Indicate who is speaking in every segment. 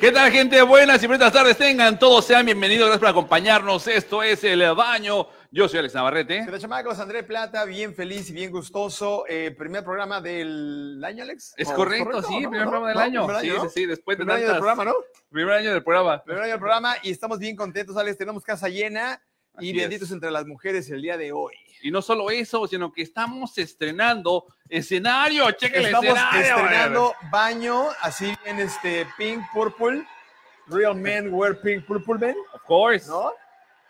Speaker 1: ¿Qué tal, gente? Buenas y buenas tardes tengan. Todos sean bienvenidos. Gracias por acompañarnos. Esto es El Baño. Yo soy Alex Navarrete.
Speaker 2: Se la chamacos, André Plata, bien feliz y bien gustoso. Eh, primer programa del año, Alex.
Speaker 1: Es
Speaker 2: ¿O-
Speaker 1: correcto, sí,
Speaker 2: Oh, ¿No?
Speaker 1: primer
Speaker 2: ¿No?
Speaker 1: programa del
Speaker 2: ¿No?
Speaker 1: año.
Speaker 2: Primer
Speaker 1: Sí,
Speaker 2: ¿no?
Speaker 1: sí, sí, después de
Speaker 2: Primer año del
Speaker 1: tantas-
Speaker 2: programa, ¿no?
Speaker 1: Primer año del programa.
Speaker 2: Primer año del programa y estamos bien contentos, Alex. Tenemos casa llena y
Speaker 1: Así
Speaker 2: benditos
Speaker 1: es.
Speaker 2: entre las mujeres el día de hoy.
Speaker 1: Y no solo eso, sino que estamos estrenando escenario. Chequen el
Speaker 2: Estamos
Speaker 1: escenario.
Speaker 2: estrenando baño, así en este Pink Purple. Real Men Wear Pink Purple Men,
Speaker 1: Of course.
Speaker 2: ¿no?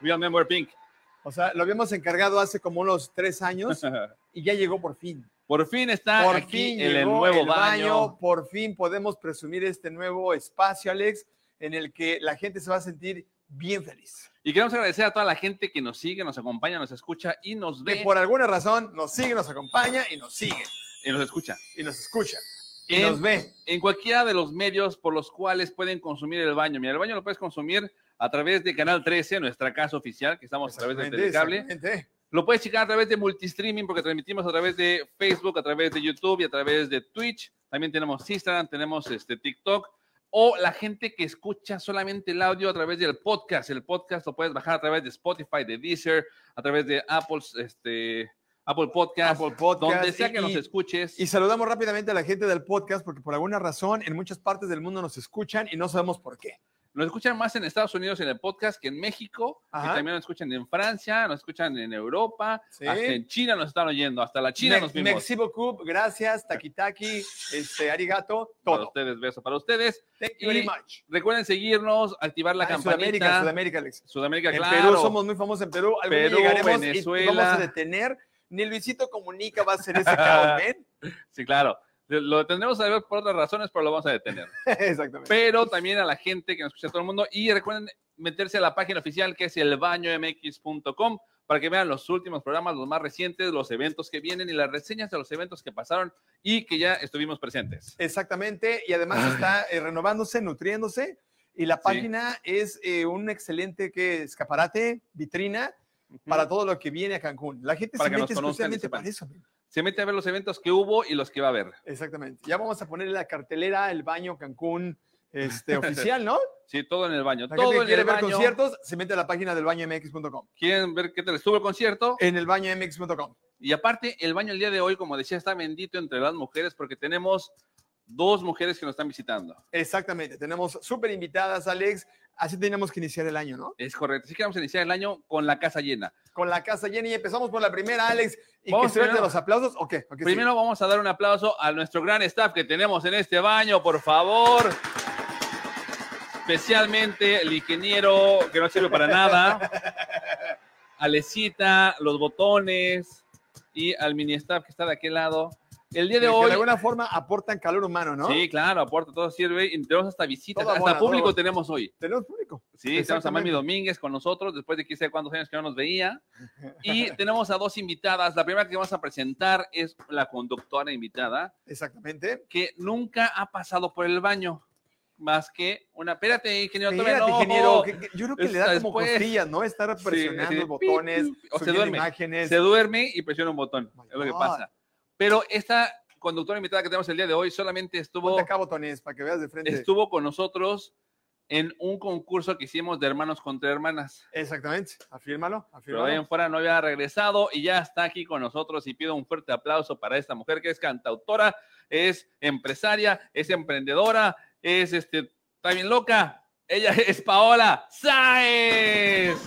Speaker 1: Real Men Wear Pink.
Speaker 2: O sea, lo habíamos encargado hace como unos tres años y ya llegó por fin.
Speaker 1: Por fin está
Speaker 2: por
Speaker 1: Ah, aquí
Speaker 2: fin
Speaker 1: el, el
Speaker 2: llegó
Speaker 1: nuevo
Speaker 2: el
Speaker 1: baño.
Speaker 2: Por fin podemos presumir este nuevo espacio, Alex, en el que la gente se va a sentir bien feliz.
Speaker 1: Y queremos agradecer a toda la gente que nos sigue, nos acompaña, nos escucha y nos ve.
Speaker 2: Que por alguna razón nos sigue, nos acompaña y nos sigue
Speaker 1: Y nos escucha.
Speaker 2: y nos escucha y
Speaker 1: En-
Speaker 2: nos ve.
Speaker 1: en cualquiera de los medios por los cuales pueden consumir el baño. Mira, el baño lo puedes consumir a través de Canal 13, nuestra casa oficial, que estamos a través de Telecable.
Speaker 2: Exactamente.
Speaker 1: Lo puedes checar a través de multistreaming, porque transmitimos a través de Facebook, a través de YouTube y a través de Twitch. También tenemos Instagram, tenemos este TikTok. O la gente que escucha solamente el audio a través del podcast. El podcast lo puedes bajar a través de Spotify, de Deezer, a través de Apple, este, Apple Podcast,
Speaker 2: Apple Podcast,
Speaker 1: donde sea
Speaker 2: y-
Speaker 1: que nos
Speaker 2: y-
Speaker 1: escuches.
Speaker 2: Y saludamos rápidamente a la gente del podcast porque por alguna razón en muchas partes del mundo nos escuchan y no sabemos por qué.
Speaker 1: Nos escuchan más en Estados Unidos en el podcast que en México. y
Speaker 2: Ajá.
Speaker 1: también nos escuchan en Francia, nos escuchan en Europa,
Speaker 2: Sí.
Speaker 1: hasta en China nos están oyendo, hasta la China
Speaker 2: Me-
Speaker 1: nos vimos.
Speaker 2: Mexibo Cub, gracias, Takitaki, este, Arigato,
Speaker 1: Para
Speaker 2: todo.
Speaker 1: ustedes, beso para ustedes.
Speaker 2: Thank you very
Speaker 1: Y
Speaker 2: much.
Speaker 1: Recuerden seguirnos, activar la
Speaker 2: Ah, en Sudamérica,
Speaker 1: campanita.
Speaker 2: Sudamérica, Alex.
Speaker 1: Sudamérica,
Speaker 2: En
Speaker 1: claro.
Speaker 2: Perú somos muy famosos en Perú. Algún día
Speaker 1: Perú,
Speaker 2: llegaremos y
Speaker 1: Venezuela.
Speaker 2: vamos a detener. Ni Luisito Comunica va a ser ese ¿eh? caos, ¿ven?
Speaker 1: Sí, claro. Lo tendremos a ver por otras razones, pero lo vamos a detener.
Speaker 2: Exactamente.
Speaker 1: Pero también a la gente que nos escucha a todo el mundo. Y recuerden meterse a la página oficial que es elbañomx.com para que vean los últimos programas, los más recientes, los eventos que vienen y las reseñas de los eventos que pasaron y que ya estuvimos presentes.
Speaker 2: Exactamente. Y además está eh, renovándose, nutriéndose. Y la página es eh, un excelente ¿qué? escaparate, vitrina, para todo lo que viene a Cancún. La gente
Speaker 1: Para
Speaker 2: se
Speaker 1: que
Speaker 2: mete
Speaker 1: nos conozcan y
Speaker 2: especialmente
Speaker 1: sepan.
Speaker 2: para eso. amigo.
Speaker 1: Se mete a ver los eventos que hubo y los que va a haber.
Speaker 2: Exactamente. Ya vamos a poner la cartelera, el baño Cancún este, oficial, ¿no?
Speaker 1: Sí, todo en el baño.
Speaker 2: La gente
Speaker 1: todo
Speaker 2: que
Speaker 1: en
Speaker 2: quiere
Speaker 1: el
Speaker 2: ver
Speaker 1: baño.
Speaker 2: conciertos, se mete a la página del bañomx.com.
Speaker 1: Quieren ver qué tal estuvo el concierto.
Speaker 2: En el bañomx.com.
Speaker 1: Y aparte, el baño el día de hoy, como decía, está bendito entre las mujeres porque tenemos dos mujeres que nos están visitando.
Speaker 2: Exactamente, tenemos súper invitadas, Alex. Así tenemos que iniciar el año, ¿no?
Speaker 1: Es correcto. Así que vamos a iniciar el año con la casa llena.
Speaker 2: Con la casa llena y empezamos por la primera, Alex. ¿Y que
Speaker 1: Vamos
Speaker 2: se de
Speaker 1: primero.
Speaker 2: los aplausos o qué? ¿O qué
Speaker 1: Primero vamos a dar un aplauso a nuestro gran staff que tenemos en este baño, por favor. Especialmente el ingeniero, que no sirve para nada. Alecita, los botones y al mini staff que está de aquel lado. El
Speaker 2: sí?
Speaker 1: día de
Speaker 2: Que
Speaker 1: hoy.
Speaker 2: de alguna forma aportan calor humano, ¿no?
Speaker 1: Sí, claro, aporta, todo sirve. Y tenemos hasta visitas,
Speaker 2: Todo
Speaker 1: hasta
Speaker 2: abona, todo
Speaker 1: público
Speaker 2: abona.
Speaker 1: tenemos hoy.
Speaker 2: Tenemos público.
Speaker 1: Sí, tenemos a Mami
Speaker 2: Exactamente.
Speaker 1: Domínguez con nosotros, después de quién sabe cuántos años que no nos veía. Y tenemos a dos invitadas. La primera que vamos a presentar es la conductora invitada,
Speaker 2: Exactamente.
Speaker 1: que nunca ha pasado por el baño, más que una... Espérate, ingeniero, todavía
Speaker 2: Espérate,
Speaker 1: no.
Speaker 2: ingeniero, que- que- yo creo que le da
Speaker 1: Está
Speaker 2: como
Speaker 1: después.
Speaker 2: costillas, ¿no? Estar
Speaker 1: Sí,
Speaker 2: presionando
Speaker 1: así de
Speaker 2: los botones,
Speaker 1: pi, pi, o se
Speaker 2: subiendo
Speaker 1: duerme,
Speaker 2: imágenes.
Speaker 1: Se duerme y presiona un botón,
Speaker 2: Oh My
Speaker 1: es lo que
Speaker 2: God.
Speaker 1: pasa. Pero esta conductora invitada que tenemos el día de hoy solamente estuvo...
Speaker 2: Ponte acá botones para que veas de frente.
Speaker 1: estuvo con nosotros en un concurso que hicimos de hermanos contra hermanas.
Speaker 2: Exactamente. Afírmalo,
Speaker 1: Pero de ahí en
Speaker 2: afírmalo.
Speaker 1: fuera no había regresado y ya está aquí con nosotros y pido un fuerte aplauso para esta mujer que es cantautora, es empresaria, es emprendedora, es este, está bien loca. Ella es Paola Sáez.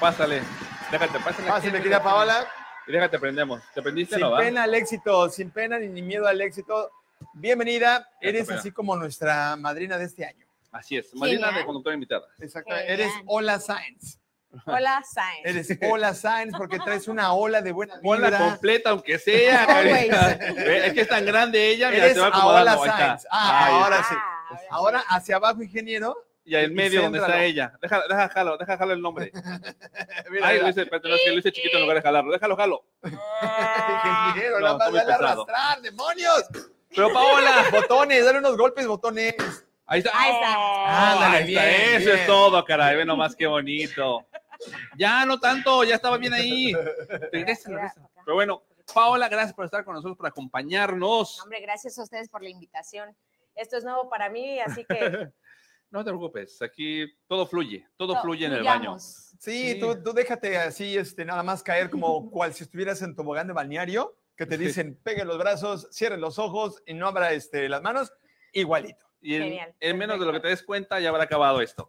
Speaker 1: Pásale. Déjate, pásale.
Speaker 2: Pásale, querida Paola.
Speaker 1: Y déjate, aprendemos. ¿Te aprendiste?
Speaker 2: Sin
Speaker 1: no, va?
Speaker 2: pena al éxito, sin pena ni miedo al éxito. Bienvenida, eres
Speaker 1: Pena.
Speaker 2: así como nuestra madrina de este año.
Speaker 1: Así es. Marina,
Speaker 3: Genial.
Speaker 1: de conductora invitada.
Speaker 2: Exacto,
Speaker 3: Genial.
Speaker 2: eres Ola Science.
Speaker 3: Hola, Sainz.
Speaker 2: Eres Ola Science porque traes una ola de buena
Speaker 1: Ponla
Speaker 2: vibra.
Speaker 1: completa, aunque sea.
Speaker 3: Always.
Speaker 1: Karina. Ve, es que es tan grande ella, mira,
Speaker 2: Eres
Speaker 1: se va
Speaker 2: Paola
Speaker 1: acomodando. Ahí está.
Speaker 2: Sainz. Ah,
Speaker 1: Ahí
Speaker 2: ahora
Speaker 1: está.
Speaker 2: sí.
Speaker 3: ahora
Speaker 2: Ahora hacia abajo, ingeniero.
Speaker 1: Y en
Speaker 2: Y
Speaker 1: medio donde está
Speaker 2: céntralo.
Speaker 1: ella. Déjalo, déjalo, jalo, deja jalo el nombre.
Speaker 2: Mira,
Speaker 1: Ay,
Speaker 2: mira.
Speaker 1: lo hice, espérate, no, es que lo hice chiquito en lugar de jalarlo. Déjalo, jalo.
Speaker 3: Ah.
Speaker 2: Ingeniero,
Speaker 1: No,
Speaker 2: nada más
Speaker 1: está muy
Speaker 2: dale a
Speaker 1: pesado.
Speaker 2: arrastrar, demonios.
Speaker 1: Pero Paola.
Speaker 2: Botones, dale unos golpes, botones.
Speaker 1: Ahí está.
Speaker 3: Ahí está.
Speaker 1: Oh,
Speaker 2: Ándale,
Speaker 1: ahí está.
Speaker 2: bien,
Speaker 1: Eso
Speaker 2: bien.
Speaker 1: es todo, caray. Ve nomás qué bonito. Ya, no tanto, ya estaba bien ahí. Regresa, regresa. Pero bueno, Paola, gracias por estar con nosotros, por acompañarnos.
Speaker 3: Hombre, gracias a ustedes por la invitación. Esto es nuevo para mí, así que
Speaker 1: No te preocupes, aquí todo fluye, todo
Speaker 3: no,
Speaker 1: fluye en el baño.
Speaker 3: fluyamos.
Speaker 2: Sí,
Speaker 1: Sí.
Speaker 2: Tú, tú déjate así, este, nada más caer como cual si estuvieras en tobogán de balneario, que te
Speaker 1: Sí.
Speaker 2: dicen, pegue los brazos, cierre los ojos y no abra este, las manos, igualito.
Speaker 1: Y en,
Speaker 3: Genial,
Speaker 1: en menos de
Speaker 3: perfecto.
Speaker 1: lo que te des cuenta, ya habrá acabado esto.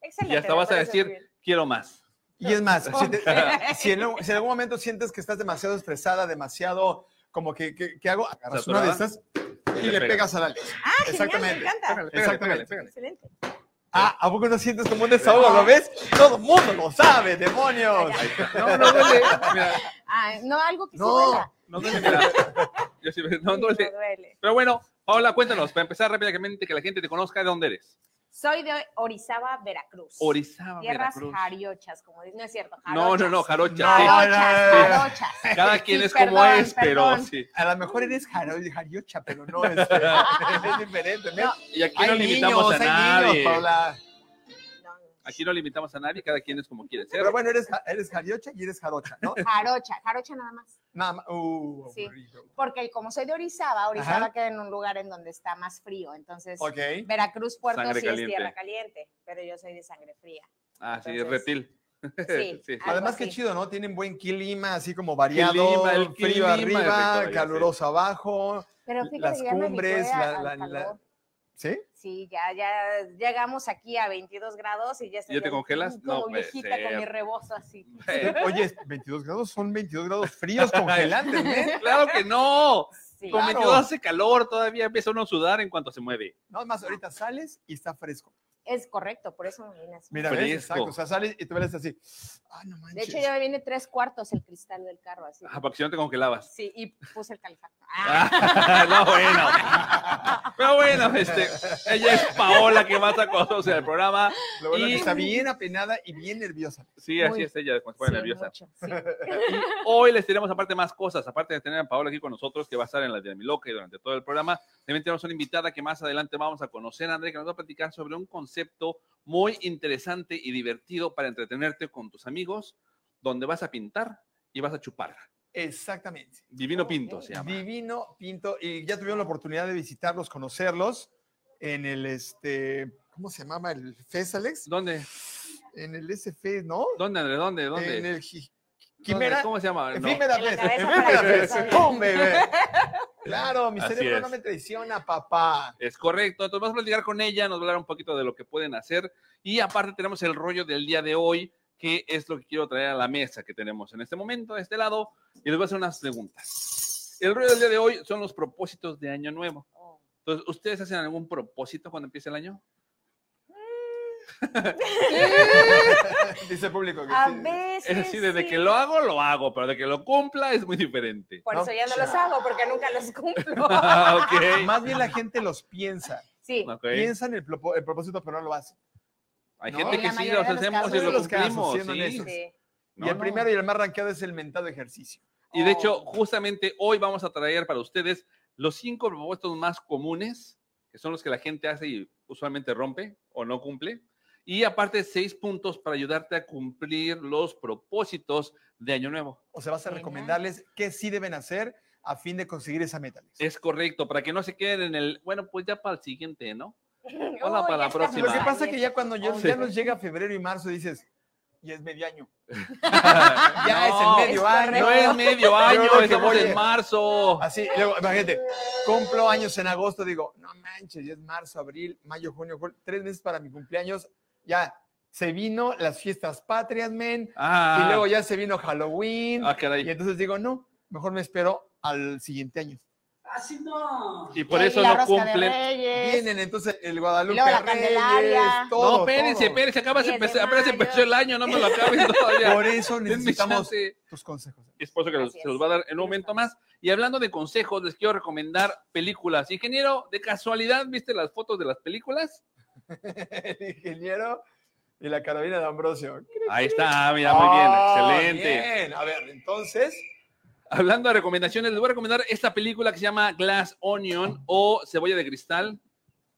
Speaker 3: Excelente.
Speaker 1: Y hasta
Speaker 3: me
Speaker 1: vas a
Speaker 3: parece
Speaker 1: decir-
Speaker 3: muy bien. Ah,
Speaker 1: Quiero más.
Speaker 2: Y es más, si, te-
Speaker 3: Ok.
Speaker 2: si en, si en algún momento sientes que estás demasiado estresada, demasiado como que, que, que hago, agarras una de estas y le
Speaker 1: pegas.
Speaker 2: pegas a la luz.
Speaker 3: Ah, genial, me
Speaker 2: Exactamente.
Speaker 3: encanta.
Speaker 2: Exactamente.
Speaker 3: Excelente.
Speaker 2: Ah, ¿a poco no sientes como un desahogo? ¿Lo ves? Todo el mundo lo sabe, demonios.
Speaker 3: Ay,
Speaker 1: No, no duele. Mira,
Speaker 3: Ah, no, algo que sí
Speaker 2: No.
Speaker 3: duela.
Speaker 1: no duele. mira. Yo sí, no duele.
Speaker 3: Sí, no duele.
Speaker 1: Pero bueno, Paola, cuéntanos, para empezar rápidamente, que la gente te conozca, ¿de dónde eres?
Speaker 3: Soy de Orizaba, Veracruz.
Speaker 1: Orizaba,
Speaker 3: Tierras
Speaker 1: Veracruz.
Speaker 3: jariochas, como dicen. No es cierto.
Speaker 1: No, no, no,
Speaker 3: jarochas.
Speaker 1: Jarocha.
Speaker 2: No,
Speaker 1: sí.
Speaker 2: no,
Speaker 3: Jarochas,
Speaker 2: no.
Speaker 3: jarochas.
Speaker 1: Cada quien
Speaker 3: Sí,
Speaker 1: es como
Speaker 3: perdón,
Speaker 1: es, pero
Speaker 3: perdón.
Speaker 1: sí.
Speaker 2: A lo mejor eres Harold Jariocha, pero no, este, es diferente. ¿no?
Speaker 1: Y aquí
Speaker 2: Hay
Speaker 1: no limitamos
Speaker 2: niños,
Speaker 1: a
Speaker 2: hay
Speaker 1: nadie.
Speaker 2: niños, Paula.
Speaker 3: No, no.
Speaker 1: aquí no limitamos a nadie, cada quien es como quiere ser.
Speaker 2: Pero bueno, eres, ja- eres Jariocha y eres Jarocha, ¿no?
Speaker 3: Jarocha, jarocha nada más.
Speaker 2: Nada más. Uh,
Speaker 3: Sí.
Speaker 2: aburrido.
Speaker 3: Porque como soy de Orizaba, Orizaba
Speaker 2: Ajá.
Speaker 3: queda en un lugar en donde está más frío. Entonces,
Speaker 2: Ok.
Speaker 3: Veracruz Puerto
Speaker 1: Sangre
Speaker 3: sí
Speaker 1: caliente.
Speaker 3: es tierra caliente, pero yo soy de sangre fría.
Speaker 1: Ah, sí,
Speaker 3: Entonces,
Speaker 1: reptil.
Speaker 3: sí,
Speaker 1: Sí.
Speaker 3: algo
Speaker 2: Además, qué
Speaker 3: así.
Speaker 2: chido, ¿no? Tienen buen clima, así como variado.
Speaker 1: Clima, el
Speaker 2: frío
Speaker 1: clima,
Speaker 2: arriba,
Speaker 1: efectivamente,
Speaker 2: caluroso abajo.
Speaker 3: Pero
Speaker 2: L-
Speaker 3: fíjate
Speaker 2: las
Speaker 3: que ya me
Speaker 2: cumbres,
Speaker 3: habitué a-
Speaker 2: la-
Speaker 3: al
Speaker 2: la- la-
Speaker 3: calor.
Speaker 2: ¿Sí?
Speaker 3: Sí, ya, ya llegamos aquí a 22 grados y ya estoy
Speaker 1: ¿Ya te
Speaker 3: yo
Speaker 1: congelas?
Speaker 3: como
Speaker 1: No puede
Speaker 3: viejita con
Speaker 1: ser.
Speaker 3: mi rebozo así.
Speaker 1: Eh,
Speaker 2: Oye, 22 grados son 22 grados fríos, congelantes, ¿eh?
Speaker 1: Claro que no.
Speaker 3: Sí.
Speaker 1: Con 22 hace calor, todavía empieza uno a sudar en cuanto se mueve.
Speaker 2: Nada más, ahorita sales y está fresco.
Speaker 3: Es correcto, por eso me viene así.
Speaker 2: Mira, ¿ves?
Speaker 1: Fresco.
Speaker 2: Exacto. O sea, sales y te ves así. Ah, no manches.
Speaker 3: de hecho, ya me viene tres cuartos el cristal del carro así.
Speaker 1: Ah, porque si no te
Speaker 2: pues.
Speaker 1: congelabas.
Speaker 3: Sí, y puse el calefactor.
Speaker 1: Ah, no, bueno. Pero bueno, este, ella es Paola que más a conocer el programa.
Speaker 2: Lo bueno es
Speaker 1: y-
Speaker 2: que está bien apenada y bien nerviosa.
Speaker 1: Sí,
Speaker 3: Muy.
Speaker 1: así es ella, cuando se pone
Speaker 3: Ah, Sí,
Speaker 1: nerviosa.
Speaker 3: mucho, sí.
Speaker 1: Hoy les tenemos aparte más cosas, aparte de tener a Paola aquí con nosotros, que va a estar en la Dinamiloca y durante todo el programa, también tenemos una invitada que más adelante vamos a conocer, André, que nos va a platicar sobre un concepto muy interesante y divertido para entretenerte con tus amigos, donde vas a pintar y vas a chupar.
Speaker 2: Exactamente.
Speaker 1: Divino
Speaker 3: Ok.
Speaker 1: Pinto se llama.
Speaker 2: Divino Pinto. Y ya tuvieron la oportunidad de visitarlos, conocerlos en el este. ¿Cómo se llamaba? ¿El FES, Alex?
Speaker 1: ¿Dónde?
Speaker 2: En el SF, ¿no?
Speaker 1: ¿Dónde, André? ¿Dónde? ¿Dónde?
Speaker 2: En
Speaker 1: ¿Dónde?
Speaker 2: el Ji- Quimera.
Speaker 1: ¿Cómo se llama? No.
Speaker 2: Efímera
Speaker 3: En la
Speaker 2: FES.
Speaker 3: cabeza para
Speaker 2: Efímera
Speaker 3: que
Speaker 2: FES.
Speaker 3: salga.
Speaker 2: ¡Pum, bebé! Claro, mi
Speaker 1: Así
Speaker 2: cerebro no
Speaker 1: es.
Speaker 2: me traiciona, papá.
Speaker 1: Es correcto. Entonces vamos a platicar con ella, nos va a hablar un poquito de lo que pueden hacer. Y aparte tenemos el rollo del día de hoy, que es lo que quiero traer a la mesa que tenemos en este momento, de este lado, y les voy a hacer unas preguntas. El rollo del día de hoy son los propósitos de año nuevo.
Speaker 3: Oh.
Speaker 1: Entonces, ¿ustedes hacen algún propósito cuando empieza el año?
Speaker 2: Dice el público que
Speaker 3: A
Speaker 2: sí.
Speaker 1: Es
Speaker 3: veces.
Speaker 1: decir, desde
Speaker 3: sí.
Speaker 1: que lo hago, lo hago, pero de que lo cumpla es muy diferente. Ah,
Speaker 3: Por
Speaker 2: No,
Speaker 3: eso ya no
Speaker 2: ya.
Speaker 3: los hago, porque nunca los cumplo.
Speaker 1: ok.
Speaker 2: Más bien la gente los piensa.
Speaker 3: Sí.
Speaker 1: Ok.
Speaker 2: Piensa en el, propo- el propósito, pero no lo hace.
Speaker 1: Hay
Speaker 2: No,
Speaker 1: gente
Speaker 3: en
Speaker 1: que
Speaker 3: la
Speaker 1: sí
Speaker 3: mayoría
Speaker 1: los
Speaker 3: de los
Speaker 1: hacemos y
Speaker 3: casos.
Speaker 1: lo
Speaker 2: Los casos,
Speaker 1: cumplimos.
Speaker 2: siendo
Speaker 1: sí.
Speaker 2: honestos.
Speaker 3: sí.
Speaker 1: No,
Speaker 2: y el
Speaker 1: no.
Speaker 2: primero y el más ranqueado es el mentado ejercicio.
Speaker 1: Y de hecho,
Speaker 3: Oh.
Speaker 1: justamente hoy vamos a traer para ustedes los cinco propósitos más comunes, que son los que la gente hace y usualmente rompe o no cumple. Y aparte, seis puntos para ayudarte a cumplir los propósitos de Año Nuevo.
Speaker 2: O sea, vas a
Speaker 3: Genial.
Speaker 2: recomendarles qué sí deben hacer a fin de conseguir esa meta. Alex.
Speaker 1: Es correcto, para que no se queden en el, bueno, pues ya para el siguiente, ¿no? Hola, para
Speaker 3: ya
Speaker 1: la
Speaker 3: estamos
Speaker 1: próxima.
Speaker 2: Lo que
Speaker 3: a
Speaker 2: pasa es que
Speaker 3: dieta.
Speaker 2: ya cuando ya,
Speaker 3: Oh,
Speaker 1: sí.
Speaker 2: ya nos llega febrero y marzo dices, y es mediaño.
Speaker 1: ya
Speaker 2: Ya es el medio
Speaker 3: Ah, es
Speaker 2: año.
Speaker 1: No es medio año,
Speaker 2: Yo lo que
Speaker 1: estamos
Speaker 2: voy
Speaker 1: en
Speaker 2: es-
Speaker 1: marzo.
Speaker 2: Así, luego, imagínate, cumplo años en agosto, digo, no manches, ya es marzo, abril, mayo, junio, julio, tres meses para mi cumpleaños, ya se vino las fiestas patrias, men,
Speaker 1: Ah,
Speaker 2: y luego ya se vino Halloween,
Speaker 1: ah,
Speaker 2: y
Speaker 1: caray.
Speaker 2: entonces digo, no, mejor me espero al siguiente año.
Speaker 4: Así no.
Speaker 1: Y por
Speaker 3: Y
Speaker 1: eso
Speaker 3: la
Speaker 1: no
Speaker 3: rosca de
Speaker 1: cumplen.
Speaker 3: Reyes.
Speaker 2: Vienen entonces el Guadalupe
Speaker 3: luego la
Speaker 2: Reyes,
Speaker 3: Candelaria.
Speaker 2: todo,
Speaker 1: no, espérense,
Speaker 2: todo.
Speaker 1: espérense, acabas de
Speaker 3: 10 de
Speaker 1: empezar, apenas
Speaker 3: mayo.
Speaker 1: empezó el año, no me lo acabes todavía.
Speaker 2: Por eso
Speaker 1: Denme
Speaker 2: necesitamos
Speaker 1: chance.
Speaker 2: tus consejos.
Speaker 1: y es por eso que los-
Speaker 3: Así
Speaker 1: se
Speaker 3: es.
Speaker 1: los va a dar en un momento más. Y hablando de consejos, les quiero recomendar películas. Ingeniero, de casualidad, ¿viste las fotos de las películas?
Speaker 2: El ingeniero y la carabina de Ambrosio.
Speaker 1: Ahí está, mira, muy bien,
Speaker 2: Ah,
Speaker 1: excelente.
Speaker 2: bien. A ver, entonces,
Speaker 1: Hablando de recomendaciones, les voy a recomendar esta película que se llama Glass Onion o Cebolla de Cristal.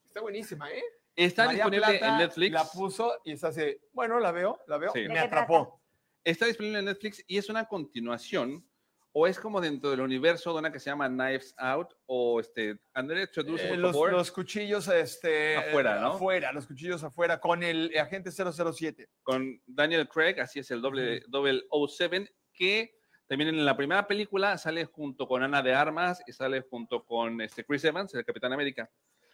Speaker 2: está buenísima, ¿eh?
Speaker 1: Está
Speaker 2: María
Speaker 1: disponible
Speaker 2: Plata
Speaker 1: en Netflix.
Speaker 2: La puso y está así, bueno, la veo, la veo,
Speaker 1: Sí. ¿De
Speaker 2: me
Speaker 3: qué
Speaker 2: atrapó.
Speaker 1: Está disponible en Netflix y es una continuación o es como dentro del universo de una que se llama Knives Out o este André Traduce,
Speaker 2: Eh,
Speaker 1: por
Speaker 2: los,
Speaker 1: favor.
Speaker 2: los cuchillos este,
Speaker 1: Afuera, ¿no?
Speaker 2: afuera, los cuchillos afuera con el eh, agente 007.
Speaker 1: con Daniel Craig, así es el doble, doble 07, que también en la primera película sale junto con Ana de Armas y sale junto con este Chris Evans, el Capitán América.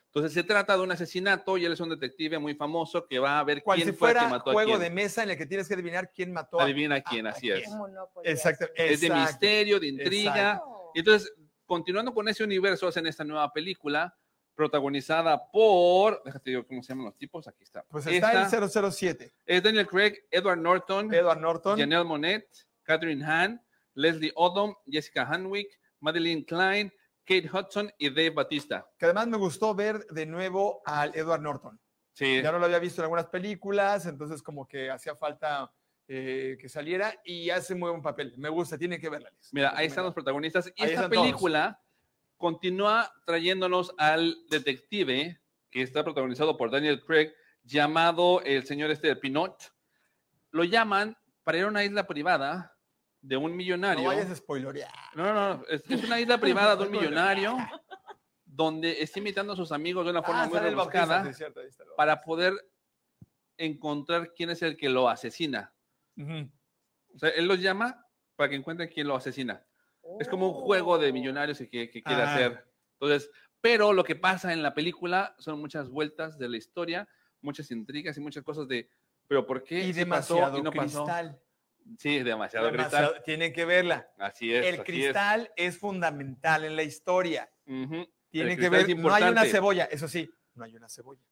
Speaker 1: Entonces se trata de un asesinato y él es un detective muy famoso que va a ver
Speaker 2: Cual
Speaker 1: quién
Speaker 2: si
Speaker 1: fue el
Speaker 2: fuera
Speaker 1: que mató a
Speaker 2: juego
Speaker 1: quién.
Speaker 2: de mesa en el que tienes que adivinar quién mató a
Speaker 1: Adivina quién,
Speaker 2: ¿a
Speaker 1: así
Speaker 2: quién?
Speaker 1: es.
Speaker 3: Un monopolio.
Speaker 2: Exacto.
Speaker 1: Es de
Speaker 2: exacto.
Speaker 1: misterio, de intriga.
Speaker 2: exacto.
Speaker 3: Oh.
Speaker 1: Entonces, continuando con ese universo, hacen esta nueva película protagonizada por, déjate digo cómo se llaman los tipos, aquí está.
Speaker 2: Pues está
Speaker 1: Esta
Speaker 2: el 007.
Speaker 1: es Daniel Craig, Edward Norton,
Speaker 2: Edward Norton.
Speaker 1: Janelle Monet, Catherine Hahn, Leslie Odom, Jessica Hanwick, Madeline Klein, Kate Hudson y Dave Batista.
Speaker 2: Que además me gustó ver de nuevo al Edward Norton.
Speaker 1: Sí,
Speaker 2: Ya no lo había visto en algunas películas, entonces como que hacía falta eh, que saliera y hace muy buen papel. Me gusta, tiene que verla. Liz.
Speaker 1: mira, ahí están los protagonistas. Y
Speaker 2: Ahí
Speaker 1: esta
Speaker 2: están todos.
Speaker 1: película continúa trayéndonos al detective que está protagonizado por Daniel Craig, llamado el señor este de Pinot. Lo llaman para ir a una isla privada de un millonario.
Speaker 2: No vayas a spoilorear.
Speaker 1: No, no, no. Es, es una isla privada de un
Speaker 2: Híjole.
Speaker 1: millonario donde está invitando a sus amigos de una forma
Speaker 2: Ah,
Speaker 1: muy
Speaker 2: sale el Bautista,
Speaker 1: rebuscada
Speaker 2: sí, es cierto, ahí está el Bautista.
Speaker 1: para poder encontrar quién es el que lo asesina.
Speaker 2: Ujú.
Speaker 1: O sea, él los llama para que encuentren quién lo asesina. Es como un juego de millonarios que, que quiere
Speaker 2: Ah.
Speaker 1: hacer. Entonces, pero lo que pasa en la película son muchas vueltas de la historia, muchas intrigas y muchas cosas de, pero ¿por qué?
Speaker 2: Y
Speaker 1: sí pasó
Speaker 2: demasiado
Speaker 1: y no pasó?
Speaker 2: cristal.
Speaker 1: Sí, demasiado,
Speaker 2: Demasiado-
Speaker 1: cristal.
Speaker 2: Tienen que verla.
Speaker 1: Así es.
Speaker 2: el
Speaker 1: así
Speaker 2: cristal es. fundamental en la historia.
Speaker 1: es. Ujú.
Speaker 2: Tienen que
Speaker 1: cristal
Speaker 2: ver.
Speaker 1: es
Speaker 2: No hay una
Speaker 1: importante.
Speaker 2: cebolla, eso sí, no hay una cebolla.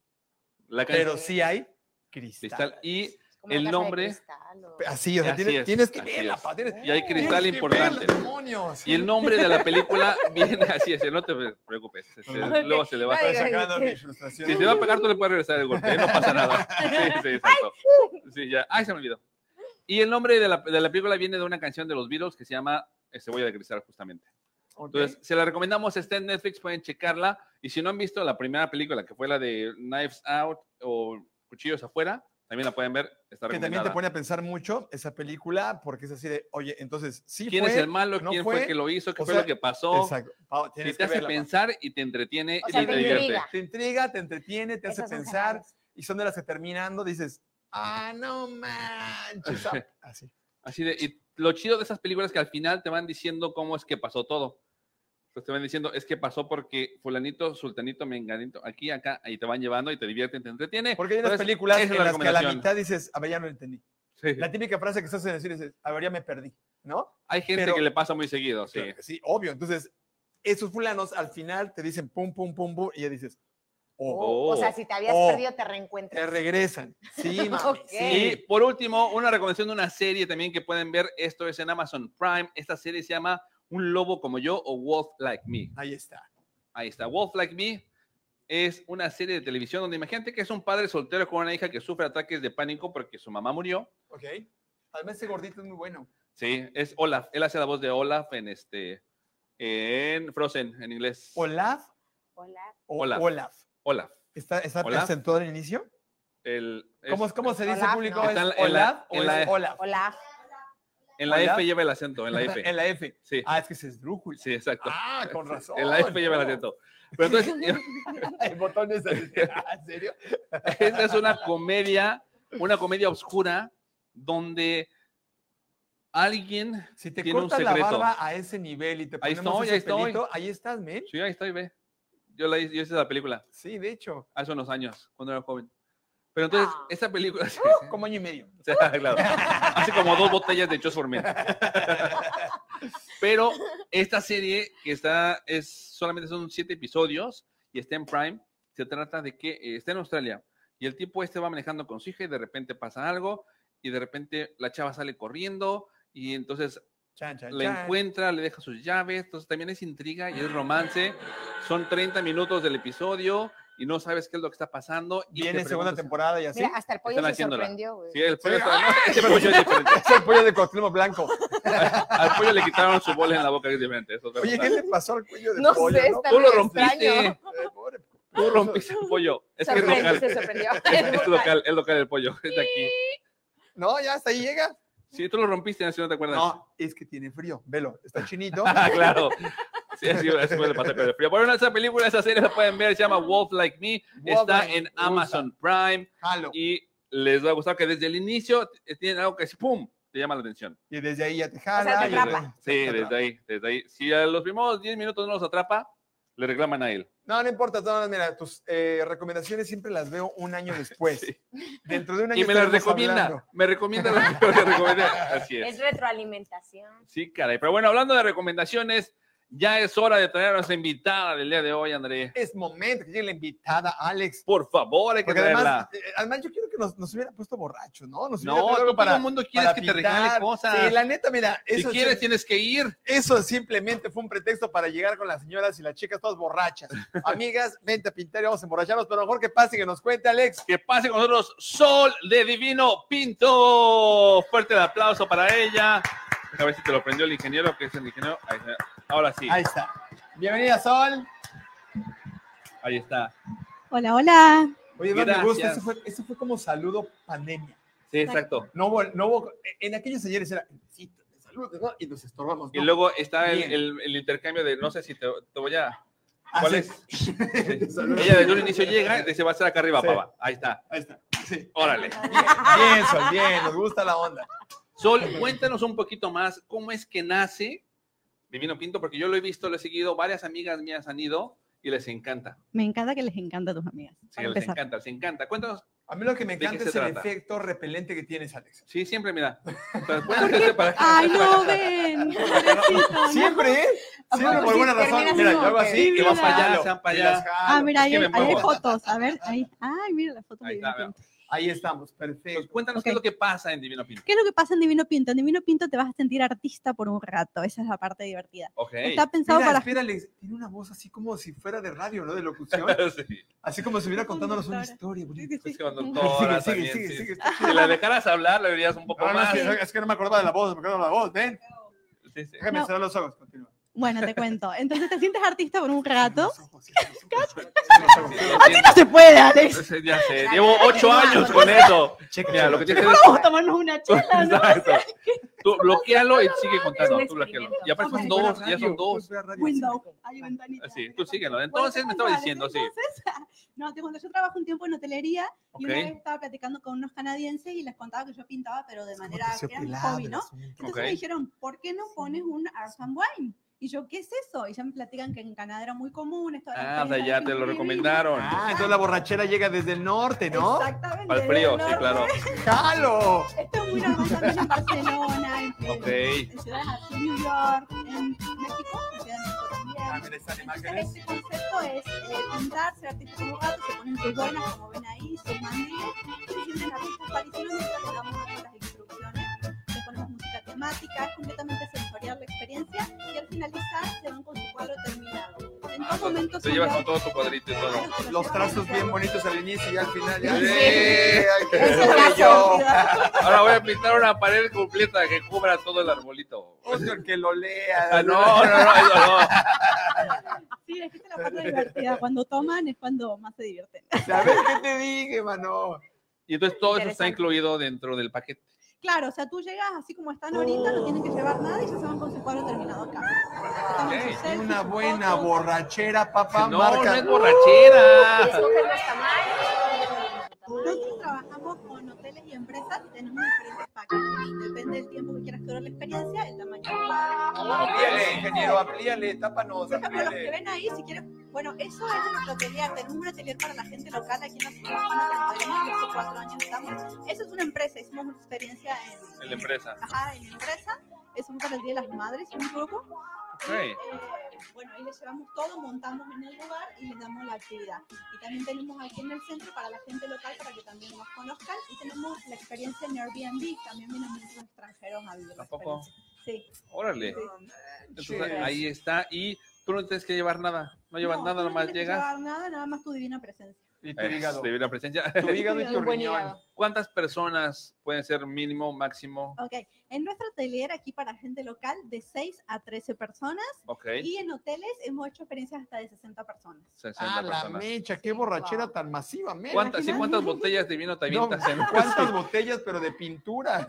Speaker 1: La canción
Speaker 2: Pero sí hay cristal.
Speaker 1: cristal. Y,
Speaker 3: Es como una
Speaker 1: el
Speaker 3: casa de
Speaker 1: nombre-
Speaker 3: cristal o-
Speaker 2: Así, o sea,
Speaker 1: Así
Speaker 2: tienes,
Speaker 1: es,
Speaker 2: tienes que
Speaker 1: así
Speaker 2: verla.
Speaker 1: es.
Speaker 2: pa, tienes-
Speaker 1: y hay cristal
Speaker 2: tienes que
Speaker 1: importante.
Speaker 2: verla, demonios.
Speaker 1: Y el nombre de la película viene así, es, no te preocupes. este,
Speaker 2: Ok.
Speaker 1: Luego se le va a
Speaker 2: Estoy
Speaker 3: Ay, ay,
Speaker 2: sacando
Speaker 3: ay.
Speaker 2: mi frustración.
Speaker 1: Si te va a pegar, tú le puedes regresar el golpe, ¿eh? no pasa nada. Sí, sí, exacto. Sí, ya. Ay, se me olvidó. Y el nombre de la, de la película viene de una canción de los Beatles que se llama eh, Cebolla de Cristal, justamente.
Speaker 2: Ok.
Speaker 1: Entonces, se la recomendamos, está en Netflix, pueden checarla. Y si no han visto la primera película, que fue la de Knives Out o Cuchillos Afuera, también la pueden ver, está
Speaker 2: que también te
Speaker 1: recomendada.
Speaker 2: pone a pensar mucho esa película porque es así de, oye, entonces, sí
Speaker 1: ¿Quién
Speaker 2: fue,
Speaker 1: es el malo?
Speaker 2: no
Speaker 1: ¿Quién fue,
Speaker 2: fue?
Speaker 1: que lo hizo? ¿Qué
Speaker 2: O
Speaker 1: fue
Speaker 2: sea,
Speaker 1: lo que pasó?
Speaker 2: Exacto. Pau,
Speaker 1: Sí,
Speaker 2: tienes
Speaker 1: te
Speaker 2: que
Speaker 1: hace
Speaker 2: verla, pues. Pau.
Speaker 1: pensar y te entretiene
Speaker 3: O
Speaker 1: y
Speaker 3: sea,
Speaker 1: te,
Speaker 3: te
Speaker 1: divierte.
Speaker 3: intriga.
Speaker 2: Te intriga, te entretiene, te hace
Speaker 3: Esas son
Speaker 2: pensar
Speaker 3: cerradas.
Speaker 2: y son de las que terminando dices, ah, no manches. ah, así.
Speaker 1: Así de, y lo chido de esas películas es que al final te van diciendo cómo es que pasó todo. Pues te van diciendo, es que pasó porque fulanito, sultanito, menganito, aquí, acá, ahí te van llevando y te divierten, te entretiene.
Speaker 2: Porque hay unas
Speaker 1: Entonces,
Speaker 2: películas
Speaker 1: Pues, esa es
Speaker 2: en las que a la
Speaker 1: recomendación.
Speaker 2: mitad dices, a ver, ya no entendí.
Speaker 1: Sí.
Speaker 2: La típica frase que estás en decir es, a ver, ya me perdí, ¿no?
Speaker 1: Hay gente
Speaker 2: pero-
Speaker 1: que le pasa muy seguido, sí.
Speaker 2: Claro que sí, obvio. Entonces, esos fulanos al final te dicen pum, pum, pum, pum, y ya dices, oh,
Speaker 3: O- O sea, si te habías
Speaker 2: Oh.
Speaker 3: perdido, te
Speaker 1: Eh.
Speaker 2: te
Speaker 3: reencuentras.
Speaker 2: regresan. Sí, mami,
Speaker 3: Ok.
Speaker 1: Y
Speaker 2: sí.
Speaker 1: por último, una recomendación de una serie también que pueden ver, esto es en Amazon Prime, esta serie se llama Un Lobo como yo o Wolf Like Me.
Speaker 2: Ahí está.
Speaker 1: Ahí está. Wolf Like Me es una serie de televisión donde imagínate que es un padre soltero con una hija que sufre ataques de pánico porque su mamá murió.
Speaker 2: Ok. Además, ese gordito es muy bueno.
Speaker 1: Sí, es Olaf. Él hace la voz de Olaf en este en Frozen en inglés.
Speaker 2: Olaf
Speaker 3: Hola.
Speaker 2: o
Speaker 1: Olaf.
Speaker 2: Olaf.
Speaker 1: Olaf.
Speaker 2: ¿Está, está
Speaker 1: Olaf.
Speaker 2: acentuado al inicio?
Speaker 1: El, es-
Speaker 2: ¿Cómo, es- ¿Cómo se dice
Speaker 3: Olaf,
Speaker 2: público?
Speaker 3: ¿no?
Speaker 2: ¿Es
Speaker 1: Está en la- en la-
Speaker 2: Olaf o
Speaker 1: en la-
Speaker 2: es Olaf?
Speaker 3: Hola.
Speaker 1: en la
Speaker 2: Olaf?
Speaker 1: F lleva el acento, en la F.
Speaker 2: En la F.
Speaker 1: Sí,
Speaker 2: Ah, es que se esdrújula.
Speaker 1: sí, exacto.
Speaker 2: Ah, con razón.
Speaker 1: en la F lleva el acento. Pero entonces,
Speaker 2: El botón es así. Ah, ¿En serio?
Speaker 1: Esta es una comedia, una comedia oscura donde alguien,
Speaker 2: Si te
Speaker 1: Tiene un
Speaker 2: cortas la
Speaker 1: secreto.
Speaker 2: barba a ese nivel y te
Speaker 1: Ahí
Speaker 2: ponemos
Speaker 1: estoy,
Speaker 2: ese
Speaker 1: ahí estoy.
Speaker 2: pelito, ahí estás, men.
Speaker 1: sí, ahí estoy, ve. Yo la hice, yo hice la película
Speaker 2: Sí, de hecho.
Speaker 1: hace unos años, cuando era joven. Pero entonces,
Speaker 3: Ah.
Speaker 1: esta película, sí,
Speaker 2: Como año y medio.
Speaker 1: O sea, claro, hace como dos botellas de Just for Men. Pero esta serie que está, es solamente son siete episodios y está en Prime, se trata de que eh, está en Australia y el tipo este va manejando con su hija y de repente pasa algo y de repente la chava sale corriendo y entonces
Speaker 2: Chan, chan,
Speaker 1: la
Speaker 2: chan.
Speaker 1: encuentra, le deja sus llaves, entonces también es intriga y es romance. Son 30 minutos del episodio y no sabes qué es lo que está pasando. Y te
Speaker 2: Viene segunda
Speaker 1: preguntas-
Speaker 2: temporada y así.
Speaker 3: Mira, hasta el pollo
Speaker 1: Están
Speaker 3: se
Speaker 1: haciéndola.
Speaker 3: sorprendió, güey.
Speaker 1: Sí, el pollo está- no, ese pollo es diferente.
Speaker 2: Es el pollo de Costlimo Blanco.
Speaker 1: Al pollo le quitaron su bola en la boca, que es diferente. eso es otra
Speaker 2: Oye,
Speaker 1: cosa.
Speaker 2: ¿qué le pasó al cuello de
Speaker 3: No
Speaker 2: pollo?
Speaker 3: sé,
Speaker 2: no?
Speaker 3: está
Speaker 1: Tú lo
Speaker 3: medio
Speaker 1: rompiste.
Speaker 3: extraño.
Speaker 2: Eh, pobre-
Speaker 1: Tú rompiste el pollo. Es que es
Speaker 3: Sorprendió,
Speaker 1: local.
Speaker 3: se sorprendió.
Speaker 1: Es, es local, es local el pollo. Es de aquí.
Speaker 2: No, ya hasta ahí llega.
Speaker 1: Sí, tú lo rompiste, ¿no? si no te acuerdas.
Speaker 2: No, es que tiene frío. Velo, está chinito.
Speaker 1: Ah, claro. Sí, así, así puede pasar con el frío. Bueno, esa película, esa serie la pueden ver, se llama Wolf Like Me.
Speaker 2: Wolf
Speaker 1: está
Speaker 2: Like
Speaker 1: en
Speaker 2: Me,
Speaker 1: Amazon Prime
Speaker 2: Jalo. Y,
Speaker 1: y les va a gustar que desde el inicio eh, tienen algo que es ¡pum! Te llama la atención.
Speaker 2: desde ahí ya te jala.
Speaker 3: sea, te
Speaker 2: y desde-
Speaker 3: atrapa.
Speaker 1: Sí, desde ahí, desde ahí. Si a los primeros 10 minutos no los atrapa, le reclaman a él.
Speaker 2: No, no importa, todas mira, tus eh, recomendaciones siempre las veo un año después.
Speaker 1: Sí.
Speaker 2: Dentro de un año
Speaker 1: Y me las
Speaker 2: estaremos
Speaker 1: recomienda,
Speaker 2: hablando.
Speaker 1: me recomienda lo que le recomendé. Así es.
Speaker 3: Es retroalimentación.
Speaker 1: Sí, caray. Pero bueno, hablando de recomendaciones, ya es hora de traer a nuestra invitada del día de hoy, André.
Speaker 2: Es momento que llegue la invitada, Alex.
Speaker 1: Por favor, hay que
Speaker 2: Porque
Speaker 1: traerla.
Speaker 2: además, eh, además yo quiero que nos, nos hubiera puesto borrachos, ¿no? Nos hubiera
Speaker 1: no,
Speaker 2: traído
Speaker 1: todo
Speaker 2: algo
Speaker 1: el
Speaker 2: para...
Speaker 1: mundo quiere
Speaker 2: para
Speaker 1: que te
Speaker 2: pintar.
Speaker 1: regale cosas.
Speaker 2: Sí, la neta, mira,
Speaker 1: si
Speaker 2: eso,
Speaker 1: quieres,
Speaker 2: sim-
Speaker 1: tienes que ir.
Speaker 2: eso simplemente fue un pretexto para llegar con las señoras y las chicas todas borrachas. Amigas, vente a pintar y vamos a emborracharnos, pero mejor que pase y que nos cuente, Alex.
Speaker 1: Que pase con nosotros Sol de Divino Pinto. Fuerte el aplauso para ella. A ver si te lo prendió el ingeniero, que es el ingeniero. Ahí está. Ahora sí,
Speaker 2: Ahí está. Bienvenida, Sol.
Speaker 1: ahí está.
Speaker 5: Hola, hola.
Speaker 2: Oye, Eduardo, me gusta,
Speaker 1: Gracias.
Speaker 2: eso fue, eso fue como saludo pandemia.
Speaker 1: Sí, exacto.
Speaker 2: No hubo, no hubo- en aquellos ayeres era, sí, te saludo, ¿no? Y nos estorbamos.
Speaker 1: Y
Speaker 2: ¿no?
Speaker 1: luego está el,
Speaker 2: Bien.
Speaker 1: el- el intercambio de, no sé si te, te voy a...
Speaker 2: Ah,
Speaker 1: ¿Cuál
Speaker 2: sí.
Speaker 1: es?
Speaker 2: Te saludo.
Speaker 1: Ella desde un inicio llega y dice, va a estar acá arriba,
Speaker 2: Sí.
Speaker 1: papá. Ahí está.
Speaker 2: Ahí está. Sí.
Speaker 1: Órale.
Speaker 2: Bien, Sol, bien, nos gusta la onda.
Speaker 1: Sol, cuéntanos un poquito más cómo es que nace Divino Pinto, porque yo lo he visto, lo he seguido, varias amigas mías han ido y les encanta.
Speaker 5: Me encanta que les encanta a tus amigas.
Speaker 1: Sí,
Speaker 5: para
Speaker 1: les
Speaker 5: empezar.
Speaker 1: encanta, les encanta. Cuéntanos
Speaker 2: A mí lo que me
Speaker 1: ¿De qué
Speaker 2: encanta
Speaker 1: se
Speaker 2: es el
Speaker 1: trata?
Speaker 2: efecto repelente que tienes, Alex.
Speaker 1: Sí, siempre, mira. Transportate para acá.
Speaker 5: Ay, no, ven. pobrecito, no.
Speaker 2: Siempre, ¿eh? Siempre
Speaker 5: poco
Speaker 2: por
Speaker 5: sí?
Speaker 2: alguna razón.
Speaker 5: Terminas
Speaker 2: Mira, yo hago
Speaker 5: así como que-
Speaker 2: así y
Speaker 5: Sí,
Speaker 2: vas
Speaker 5: mira.
Speaker 2: para allá.
Speaker 1: Se van pa'
Speaker 2: y
Speaker 1: allá.
Speaker 2: las jalo.
Speaker 5: Ah, mira,
Speaker 1: Es
Speaker 5: ahí,
Speaker 1: que
Speaker 5: hay,
Speaker 1: me
Speaker 5: ahí hay
Speaker 1: muevo.
Speaker 5: fotos. A ver, ahí. Ay, mira la foto. de
Speaker 1: Ahí
Speaker 5: Divino
Speaker 1: está, vea.
Speaker 5: Pinto.
Speaker 2: Ahí estamos,
Speaker 1: Pues
Speaker 2: perfecto.
Speaker 1: cuéntanos qué es lo que pasa en Divino Pinto.
Speaker 5: ¿Qué es lo que pasa en Divino Pinto? En Divino Pinto te vas a sentir artista por un rato. Esa es la parte divertida.
Speaker 1: Ok.
Speaker 5: Está pensado
Speaker 2: Mira,
Speaker 5: para.
Speaker 2: espera, Alex, tiene una voz así como si fuera de radio, ¿no? De locución.
Speaker 1: Sí,
Speaker 2: Así como si estuviera contándonos una
Speaker 5: Conductora.
Speaker 2: historia. bonita.
Speaker 1: es
Speaker 5: Sí.
Speaker 1: conductora
Speaker 2: sigue,
Speaker 1: también,
Speaker 2: sigue,
Speaker 1: sí.
Speaker 2: sigue, sigue.
Speaker 1: Si la dejaras hablar, la verías un poco
Speaker 2: No, no, es,
Speaker 1: más.
Speaker 2: que, es que no me acordaba de la voz, me acordaba de la voz, ven.
Speaker 1: Sí, sí.
Speaker 2: Déjame
Speaker 5: No.
Speaker 2: cerrar los ojos, continúa.
Speaker 5: Bueno, te cuento. Entonces te sientes artista por un rato.
Speaker 2: Cierra los ojos, cierra los ojos, cierra los ojos, cierra los ojos.
Speaker 5: No se puede, Alex.
Speaker 1: Sí, Ya sé, llevo ocho años con eso.
Speaker 2: Checa,
Speaker 1: Mira, lo que tienes
Speaker 5: Vamos a tomarnos una chela, Ah, ¿no?
Speaker 1: Exacto. Tú bloquealo y sigue
Speaker 3: Es
Speaker 1: contando.
Speaker 3: un
Speaker 1: Tú bloquealo.
Speaker 3: experimento.
Speaker 1: Y aparte son
Speaker 2: Como si
Speaker 1: dos,
Speaker 2: fuera
Speaker 1: ya
Speaker 2: radio,
Speaker 1: son
Speaker 2: como si
Speaker 1: dos.
Speaker 2: fuera Pues, radio.
Speaker 5: Window, hay ventanita.
Speaker 1: Sí,
Speaker 5: mira,
Speaker 1: tú
Speaker 5: está.
Speaker 1: síguelo.
Speaker 5: Bueno,
Speaker 1: Entonces me
Speaker 5: ¿cómo
Speaker 1: estaba
Speaker 5: estás?
Speaker 1: diciendo, sí.
Speaker 5: Entonces, no, te cuento, yo trabajé un tiempo en hotelería y
Speaker 1: Ok.
Speaker 5: una vez estaba platicando con unos canadienses y les contaba que yo pintaba, pero de manera, era mi
Speaker 2: Terciopelado
Speaker 5: hobby,
Speaker 2: el
Speaker 5: ¿no?
Speaker 2: asunto.
Speaker 5: Entonces
Speaker 1: Ok.
Speaker 5: me dijeron, ¿por qué no pones un arts and wine? Y yo, ¿qué es eso? Y ya me platican que en Canadá era muy común esto. de las
Speaker 1: Ah, o sea,
Speaker 5: ferias
Speaker 1: ya
Speaker 5: de
Speaker 1: te lo
Speaker 5: Argentina.
Speaker 1: recomendaron.
Speaker 2: Ah, entonces la borrachera llega desde el norte, ¿no?
Speaker 5: Exactamente.
Speaker 1: Al
Speaker 5: del
Speaker 1: frío, sí,
Speaker 5: norte.
Speaker 1: claro.
Speaker 2: ¡Jalo!
Speaker 5: Esto es muy normal también en Barcelona, en, en-
Speaker 1: Ok.
Speaker 5: en ciudades así, en New York, en México, en Ciudad de México también.
Speaker 2: Ah, mira, están
Speaker 5: Entonces,
Speaker 2: imágenes.
Speaker 5: este concepto es eh, pintar, ser artista como gato, se ponen sus donas, como ven ahí, sus mandiles, y se sienten artistas parisinos mientras le damos todas las instrucciones, le ponemos música temática, es completamente sensorial la experiencia, y al finalizar se van con su cuadro terminado. En
Speaker 1: Ah,
Speaker 5: dos momentos
Speaker 1: Te
Speaker 5: son
Speaker 1: llevas
Speaker 5: los-
Speaker 1: con todo tu cuadrito y todo.
Speaker 5: Claro, te
Speaker 2: Los
Speaker 5: llevas
Speaker 2: trazos
Speaker 5: con
Speaker 2: bien
Speaker 5: todo.
Speaker 2: bonitos al inicio y al final. ya.
Speaker 1: Sí.
Speaker 2: ¡Eh! ¡Qué
Speaker 5: Ese es
Speaker 2: bello!
Speaker 5: la sólida.
Speaker 1: Ahora voy a pintar una pared completa que cubra todo el arbolito.
Speaker 2: Otro que lo lea.
Speaker 1: Ah, no, no, no, eso no.
Speaker 5: Sí, es que esa es la parte divertida. Cuando toman es cuando más se divierten.
Speaker 2: ¿Sabes qué te dije, mano?
Speaker 1: Y entonces todo eso está
Speaker 3: Interesante.
Speaker 1: incluido dentro del paquete.
Speaker 5: Claro, o sea, tú llegas así como están ahorita, no tienen que llevar nada y ya se van con su cuadro terminado acá. Toman sus
Speaker 1: ok.
Speaker 5: selfies,
Speaker 2: Una
Speaker 5: sus
Speaker 2: buena
Speaker 5: fotos.
Speaker 2: borrachera, papá,
Speaker 1: No, no
Speaker 2: marca.
Speaker 1: es borrachera.
Speaker 3: Escoger los tamales.
Speaker 5: Nosotros trabajamos con hoteles y empresas y tenemos diferentes paquetes. Depende del tiempo que quieras durar la experiencia, el tamaño del
Speaker 2: Amplíale,
Speaker 5: cuadro.
Speaker 2: ingeniero, amplíale, tápanos,
Speaker 5: Por ejemplo, los que
Speaker 2: amplíale.
Speaker 5: ven ahí, si quieren, bueno, eso es nuestro atelier, tenemos un atelier para la gente local aquí en la ciudad, en Santa Elena, hace cuatro años estamos. Eso es una empresa, hicimos una experiencia en,
Speaker 1: En la empresa.
Speaker 5: Ajá, en la empresa, es un para el Día de las Madres, un grupo.
Speaker 1: Ok.
Speaker 5: Eh, bueno, ahí les llevamos todo, montamos en el lugar y les damos la actividad. Y también tenemos aquí en el centro para la gente local, para que también nos conozcan. Y tenemos la experiencia en Airbnb, también vienen muchos extranjeros a vivir la
Speaker 1: ¿A poco?
Speaker 5: experiencia. Sí,
Speaker 1: Órale.
Speaker 5: sí.
Speaker 1: Entonces, ahí está. Y tú no tienes que llevar nada. No llevas
Speaker 5: No,
Speaker 1: nada,
Speaker 5: no
Speaker 1: nomás
Speaker 5: tienes que
Speaker 1: llegas.
Speaker 5: llevar nada, nada más tu divina presencia.
Speaker 2: Y tu
Speaker 1: Es,
Speaker 2: hígado.
Speaker 1: debido a la presencia.
Speaker 2: Tu hígado y
Speaker 3: Un
Speaker 2: tu
Speaker 3: buen
Speaker 2: riñón.
Speaker 3: hígado.
Speaker 1: ¿Cuántas personas pueden ser mínimo, máximo?
Speaker 5: Ok, en nuestra hotelería aquí para gente local de 6 a 13 personas
Speaker 1: Ok.
Speaker 5: y en hoteles hemos hecho experiencias hasta de 60 personas.
Speaker 1: 60
Speaker 2: Ah, la
Speaker 1: personas.
Speaker 2: mecha, qué
Speaker 5: Sí,
Speaker 2: borrachera
Speaker 5: wow.
Speaker 2: tan masiva, men.
Speaker 1: ¿Cuántas, sí, ¿Cuántas botellas de vino te
Speaker 2: No,
Speaker 1: avientas en
Speaker 2: ¿Cuántas botellas, pero de pintura?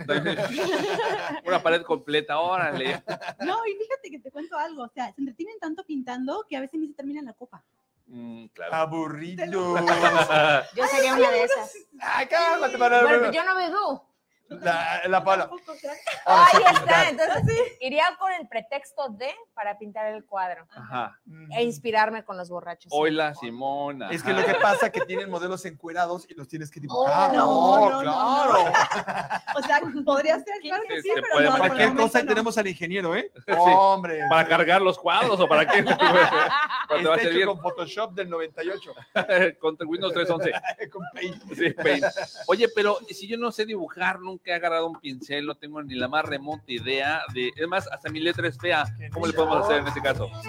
Speaker 1: una pared completa? Órale.
Speaker 5: No, y fíjate que te cuento algo, o sea, se entretienen tanto pintando que a veces ni se terminan la copa.
Speaker 1: Mm,
Speaker 2: Ah.
Speaker 1: claro.
Speaker 2: Aburrido.
Speaker 3: Yo sería una de esas.
Speaker 2: Ah, cálmate, para.
Speaker 3: Bueno, pero yo no bebo.
Speaker 2: La, la pala.
Speaker 5: Tampoco, o sea,
Speaker 2: Ahora sí,
Speaker 3: Ahí está,
Speaker 2: ya.
Speaker 3: entonces iría con el pretexto de para pintar el cuadro
Speaker 1: Ajá.
Speaker 2: Mm.
Speaker 3: e inspirarme con los borrachos.
Speaker 1: Hola, Simona.
Speaker 2: Es que lo que pasa es que tienen modelos encuerados y los tienes que dibujar.
Speaker 3: Oh,
Speaker 5: no, no,
Speaker 2: claro.
Speaker 5: no, O sea, podría ser, claro que
Speaker 1: Sí,
Speaker 5: sí,
Speaker 1: se puede,
Speaker 5: pero no,
Speaker 1: para
Speaker 5: por
Speaker 1: qué
Speaker 2: Cualquier
Speaker 5: el momento
Speaker 2: cosa ahí
Speaker 5: no.
Speaker 2: tenemos al ingeniero, ¿eh?
Speaker 1: Sí.
Speaker 2: Hombre.
Speaker 1: ¿Para cargar los cuadros o para qué? Pero te va a
Speaker 2: Está hecho
Speaker 1: servir
Speaker 2: con Photoshop del 98.
Speaker 1: con Windows 311.
Speaker 2: con Paint.
Speaker 1: Sí, Paint. Oye, pero si yo no sé dibujar, nunca he agarrado un pincel, no tengo ni la más remota idea de. Es más, hasta mi letra es fea. ¿Cómo le podemos hacer en este caso?
Speaker 5: Pues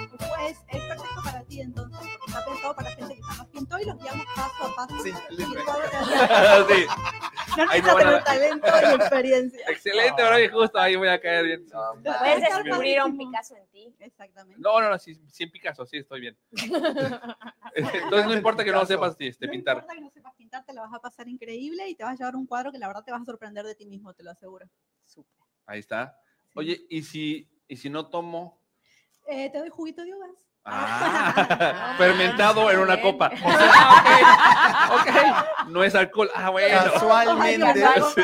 Speaker 5: es perfecto para ti entonces, porque está pensado para gente que jamás pintó y los guiamos paso a paso.
Speaker 2: Sí,
Speaker 5: para
Speaker 2: le-
Speaker 5: que todo te haga-
Speaker 1: Sí.
Speaker 5: No
Speaker 1: Ahí
Speaker 5: necesitas
Speaker 1: no van a-
Speaker 5: tener talento y experiencia.
Speaker 1: Excelente, ahora justo ahí voy a caer bien.
Speaker 3: Puedes
Speaker 5: Está
Speaker 3: descubrir a un
Speaker 5: padrísimo.
Speaker 3: Picasso en ti.
Speaker 5: Exactamente.
Speaker 1: No, no, no, sí, sí en Picasso, sí estoy bien. Entonces no importa que no sepas este,
Speaker 5: No
Speaker 1: pintar.
Speaker 5: importa que no sepas pintar, te la vas a pasar increíble y te vas a llevar un cuadro que la verdad te vas a sorprender de ti mismo, te lo aseguro.
Speaker 1: Ahí está. Oye, ¿y si, y si no tomo?
Speaker 5: Eh, te doy juguito de uvas.
Speaker 1: Ah, fermentado en una
Speaker 3: bien.
Speaker 1: copa. O sea, ok, ok, no es alcohol. Ah, bueno.
Speaker 2: Casualmente,
Speaker 5: Ay, Dios,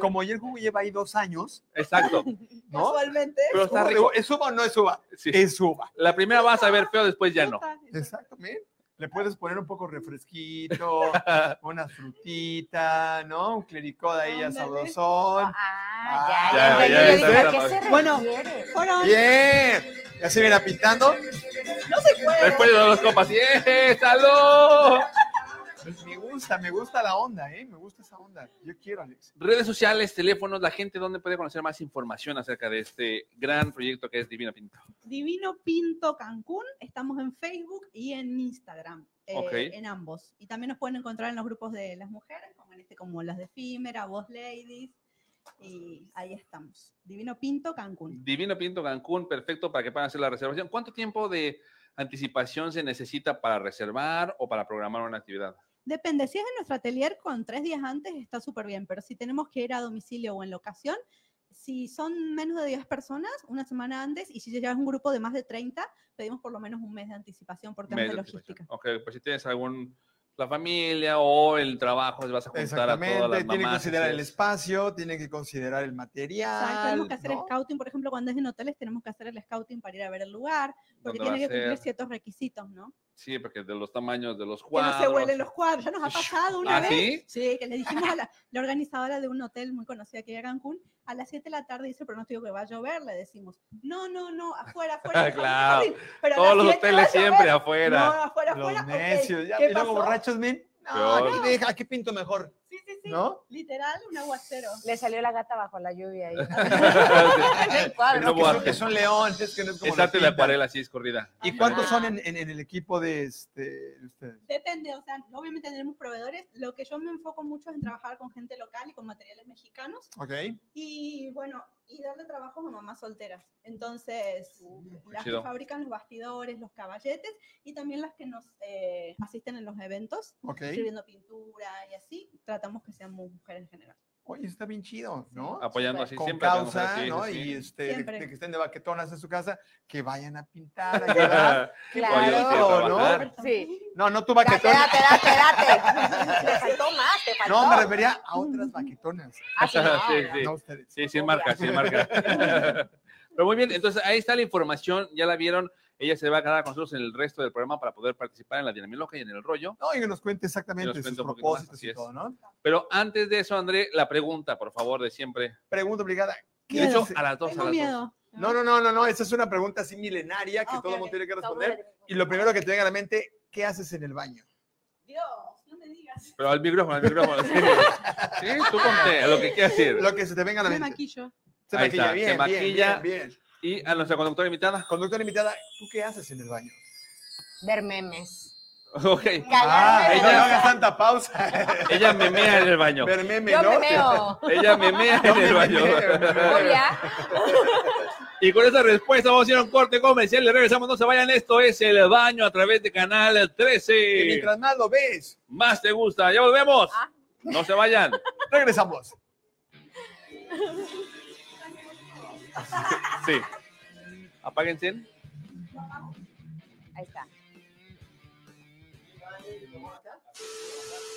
Speaker 2: como ayer jugo lleva ahí dos años,
Speaker 1: Exacto.
Speaker 2: ¿no?
Speaker 5: Casualmente.
Speaker 1: Pero está rico.
Speaker 2: ¿Es uva o no es uva?
Speaker 1: Sí.
Speaker 2: Es uva.
Speaker 1: La primera vas a ver feo, después ya no.
Speaker 2: Exactamente. Le puedes poner un poco refresquito, una frutita, ¿no? Un clericó de ahí ya
Speaker 5: Ándale.
Speaker 2: sabrosón.
Speaker 3: Ah,
Speaker 2: Ah,
Speaker 3: ya, ya,
Speaker 1: ya,
Speaker 3: entendí.
Speaker 1: ya,
Speaker 3: Yo
Speaker 1: ya,
Speaker 3: dije, ¿a qué se
Speaker 5: Bueno.
Speaker 3: refiere?
Speaker 5: Bueno,
Speaker 2: Bien. Ya se viene pintando.
Speaker 1: Después de dos copas. ¡Eh, salud!
Speaker 2: Me gusta, me gusta la onda, ¿eh? Me gusta esa onda. Yo quiero, Alex.
Speaker 1: Redes sociales, teléfonos, la gente, ¿dónde puede conocer más información acerca de este gran proyecto que es Divina Pinta?
Speaker 5: Divino Pinto Cancún, estamos en Facebook y en Instagram, eh,
Speaker 1: Ok.
Speaker 5: en ambos. Y también nos pueden encontrar en los grupos de las mujeres, como en este, como las de Efímera, Voz Ladies, y ahí estamos. Divino Pinto Cancún.
Speaker 1: Divino Pinto Cancún, perfecto para que puedan hacer la reservación. ¿Cuánto tiempo de anticipación se necesita para reservar o para programar una actividad?
Speaker 5: Depende, si es en nuestro atelier con tres días antes está súper bien, pero si tenemos que ir a domicilio o en locación, si son menos de 10 personas, una semana antes, y si ya es un grupo de más de 30, pedimos por lo menos un mes de anticipación por temas
Speaker 1: Medio
Speaker 5: de
Speaker 1: de anticipación.
Speaker 5: logística.
Speaker 1: Ok, pues si tienes algún, la familia o el trabajo, vas a juntar a todas
Speaker 2: Exactamente.
Speaker 1: las
Speaker 2: Tienen que
Speaker 1: mamás.
Speaker 2: considerar el
Speaker 1: así es.
Speaker 2: espacio, tienen que considerar el
Speaker 5: Exacto,
Speaker 2: material.
Speaker 5: tenemos que hacer
Speaker 2: ¿no?
Speaker 5: scouting, por ejemplo, cuando es en hoteles tenemos que hacer el scouting para ir a ver el lugar,
Speaker 1: ¿Dónde
Speaker 5: porque
Speaker 1: va
Speaker 5: tiene que
Speaker 1: a
Speaker 5: cumplir
Speaker 1: ser?
Speaker 5: ciertos requisitos, ¿no?
Speaker 1: Sí, porque de los tamaños de los
Speaker 5: Que
Speaker 1: cuadros.
Speaker 5: no se huelen los cuadros, ya nos ha pasado una
Speaker 1: ¿Ah,
Speaker 5: vez.
Speaker 1: sí?
Speaker 5: Sí, que le dijimos a la, la organizadora de un hotel muy conocido aquí de Cancún, a las 7 de la tarde dice el pronóstico que va a llover, le decimos, no, no, no, afuera, afuera. vamos a
Speaker 1: Claro,
Speaker 5: salir", pero a
Speaker 1: Todos
Speaker 5: las
Speaker 1: los
Speaker 5: 7 va a
Speaker 1: hoteles siempre
Speaker 5: llover.
Speaker 1: afuera.
Speaker 5: No, afuera, afuera.
Speaker 2: Los
Speaker 5: ok,
Speaker 2: necios. Ya,
Speaker 5: ¿qué
Speaker 2: y luego
Speaker 5: pasó?
Speaker 2: borrachos, men. No,
Speaker 1: Peor.
Speaker 2: aquí deja, aquí "Ah, pinto mejor.
Speaker 5: Sí, sí, sí.
Speaker 2: ¿No?
Speaker 5: Literal, un aguacero.
Speaker 3: Le salió la gata bajo la lluvia ahí.
Speaker 1: Pero
Speaker 2: No,
Speaker 3: El cuadro.
Speaker 2: que,
Speaker 1: bueno.
Speaker 2: son, que son leones, que no es como
Speaker 1: Es
Speaker 2: la
Speaker 1: arte de
Speaker 2: pintan.
Speaker 1: acuarela, así escurrida.
Speaker 5: Ah,
Speaker 2: ¿Y cuántos son en, en- en el equipo de este, de ustedes?
Speaker 5: Depende, o sea, obviamente tenemos proveedores. Lo que yo me enfoco mucho es en trabajar con gente local y con materiales mexicanos.
Speaker 2: Ok.
Speaker 5: Y bueno, y darle trabajo a mamás solteras. Entonces, las
Speaker 1: chido.
Speaker 5: que fabrican los bastidores, los caballetes y también las que nos eh, asisten en los eventos,
Speaker 2: Ok.
Speaker 5: escribiendo pintura y así, tratamos que sean mu- mujeres en general.
Speaker 2: Oye, está bien chido, ¿no?
Speaker 1: Apoyando así
Speaker 2: Con
Speaker 1: Ah, pues siempre. tenemos
Speaker 2: causa,
Speaker 1: así,
Speaker 2: ¿no?
Speaker 1: sí,
Speaker 2: Y
Speaker 1: sí.
Speaker 2: este, de-
Speaker 5: Siempre.
Speaker 2: de que estén de baquetonas en su casa, que vayan a pintar, a llorar. Qué bonito,
Speaker 3: Claro.
Speaker 2: ¿no?
Speaker 5: Pero
Speaker 3: Sí.
Speaker 5: también-
Speaker 2: No, no tu
Speaker 3: Date,
Speaker 2: baquetona.
Speaker 3: date, date, date. Te faltó más, te faltó.
Speaker 2: No, me refería a otras baquetonas.
Speaker 3: Ah, sí, no.
Speaker 1: Sí, sí.
Speaker 2: No a ustedes.
Speaker 1: Sí, sin marca, sin marca. Pero muy bien, entonces ahí está la información, ya la vieron. Ella se va a quedar con nosotros en el resto del programa para poder participar en la dinamiloca y en el rollo.
Speaker 2: No, y que nos cuente
Speaker 1: Que
Speaker 2: exactamente
Speaker 1: nos
Speaker 2: sus
Speaker 1: cuente un poquito más,
Speaker 2: propósitos
Speaker 1: así
Speaker 2: y
Speaker 1: es.
Speaker 2: todo, ¿no?
Speaker 1: Pero antes de eso, André, la pregunta, por favor, de siempre.
Speaker 2: Pregunta obligada.
Speaker 1: De hecho,
Speaker 2: Miedo.
Speaker 1: a las dos, a
Speaker 5: Tengo
Speaker 1: las dos.
Speaker 5: miedo.
Speaker 2: No, no, no, no, no. Esa es una pregunta así milenaria que
Speaker 5: Ah, ok,
Speaker 2: todo el
Speaker 5: ok.
Speaker 2: mundo tiene que
Speaker 3: Tómale.
Speaker 2: responder. Y lo primero que te venga a la mente, ¿qué haces en el baño?
Speaker 5: Dios, no me digas.
Speaker 1: Pero al micrófono, al micrófono. Sí, Sí, tú conté lo que quieras decir.
Speaker 2: Lo que se te venga a la
Speaker 5: Me
Speaker 2: mente.
Speaker 5: maquillo.
Speaker 2: Se
Speaker 1: Ahí está,
Speaker 2: maquilla,
Speaker 1: se
Speaker 2: bien, bien,
Speaker 1: maquilla.
Speaker 2: bien, bien.
Speaker 1: Y a nuestra conductora invitada.
Speaker 2: Conductora invitada, ¿tú qué haces en el baño?
Speaker 3: Ver memes.
Speaker 1: Ok.
Speaker 2: Ah,
Speaker 3: Gallardo
Speaker 2: no,
Speaker 1: ella-
Speaker 2: no hagas tanta pausa.
Speaker 1: Ella me mea en el baño.
Speaker 2: Vermeme,
Speaker 3: Yo
Speaker 2: ¿no?
Speaker 3: me meo.
Speaker 1: Ella me mea
Speaker 2: No
Speaker 1: en el
Speaker 2: me
Speaker 1: baño.
Speaker 2: meo, me meo.
Speaker 3: Hola.
Speaker 1: Y con esa respuesta vamos a ir a un corte comercial. Le regresamos, no se vayan. Esto es El Baño a través de Canal
Speaker 2: Y
Speaker 1: 13.
Speaker 2: mientras más lo ves,
Speaker 1: Más te gusta. Ya volvemos.
Speaker 3: Ah.
Speaker 1: No se vayan.
Speaker 2: regresamos.
Speaker 1: Sí. Apáguense.
Speaker 3: Ahí está.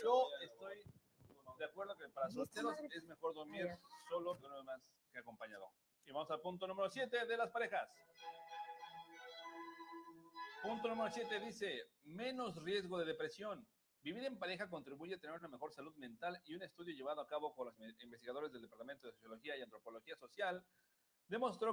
Speaker 1: Yo estoy de acuerdo que para solteros es mejor dormir solo que no más que acompañado. Y vamos al punto número 7 de las parejas. Punto número 7 dice, menos riesgo de depresión. Vivir en pareja contribuye a tener una mejor salud mental y un estudio llevado a cabo por los investigadores del Departamento de Sociología y Antropología Social demostró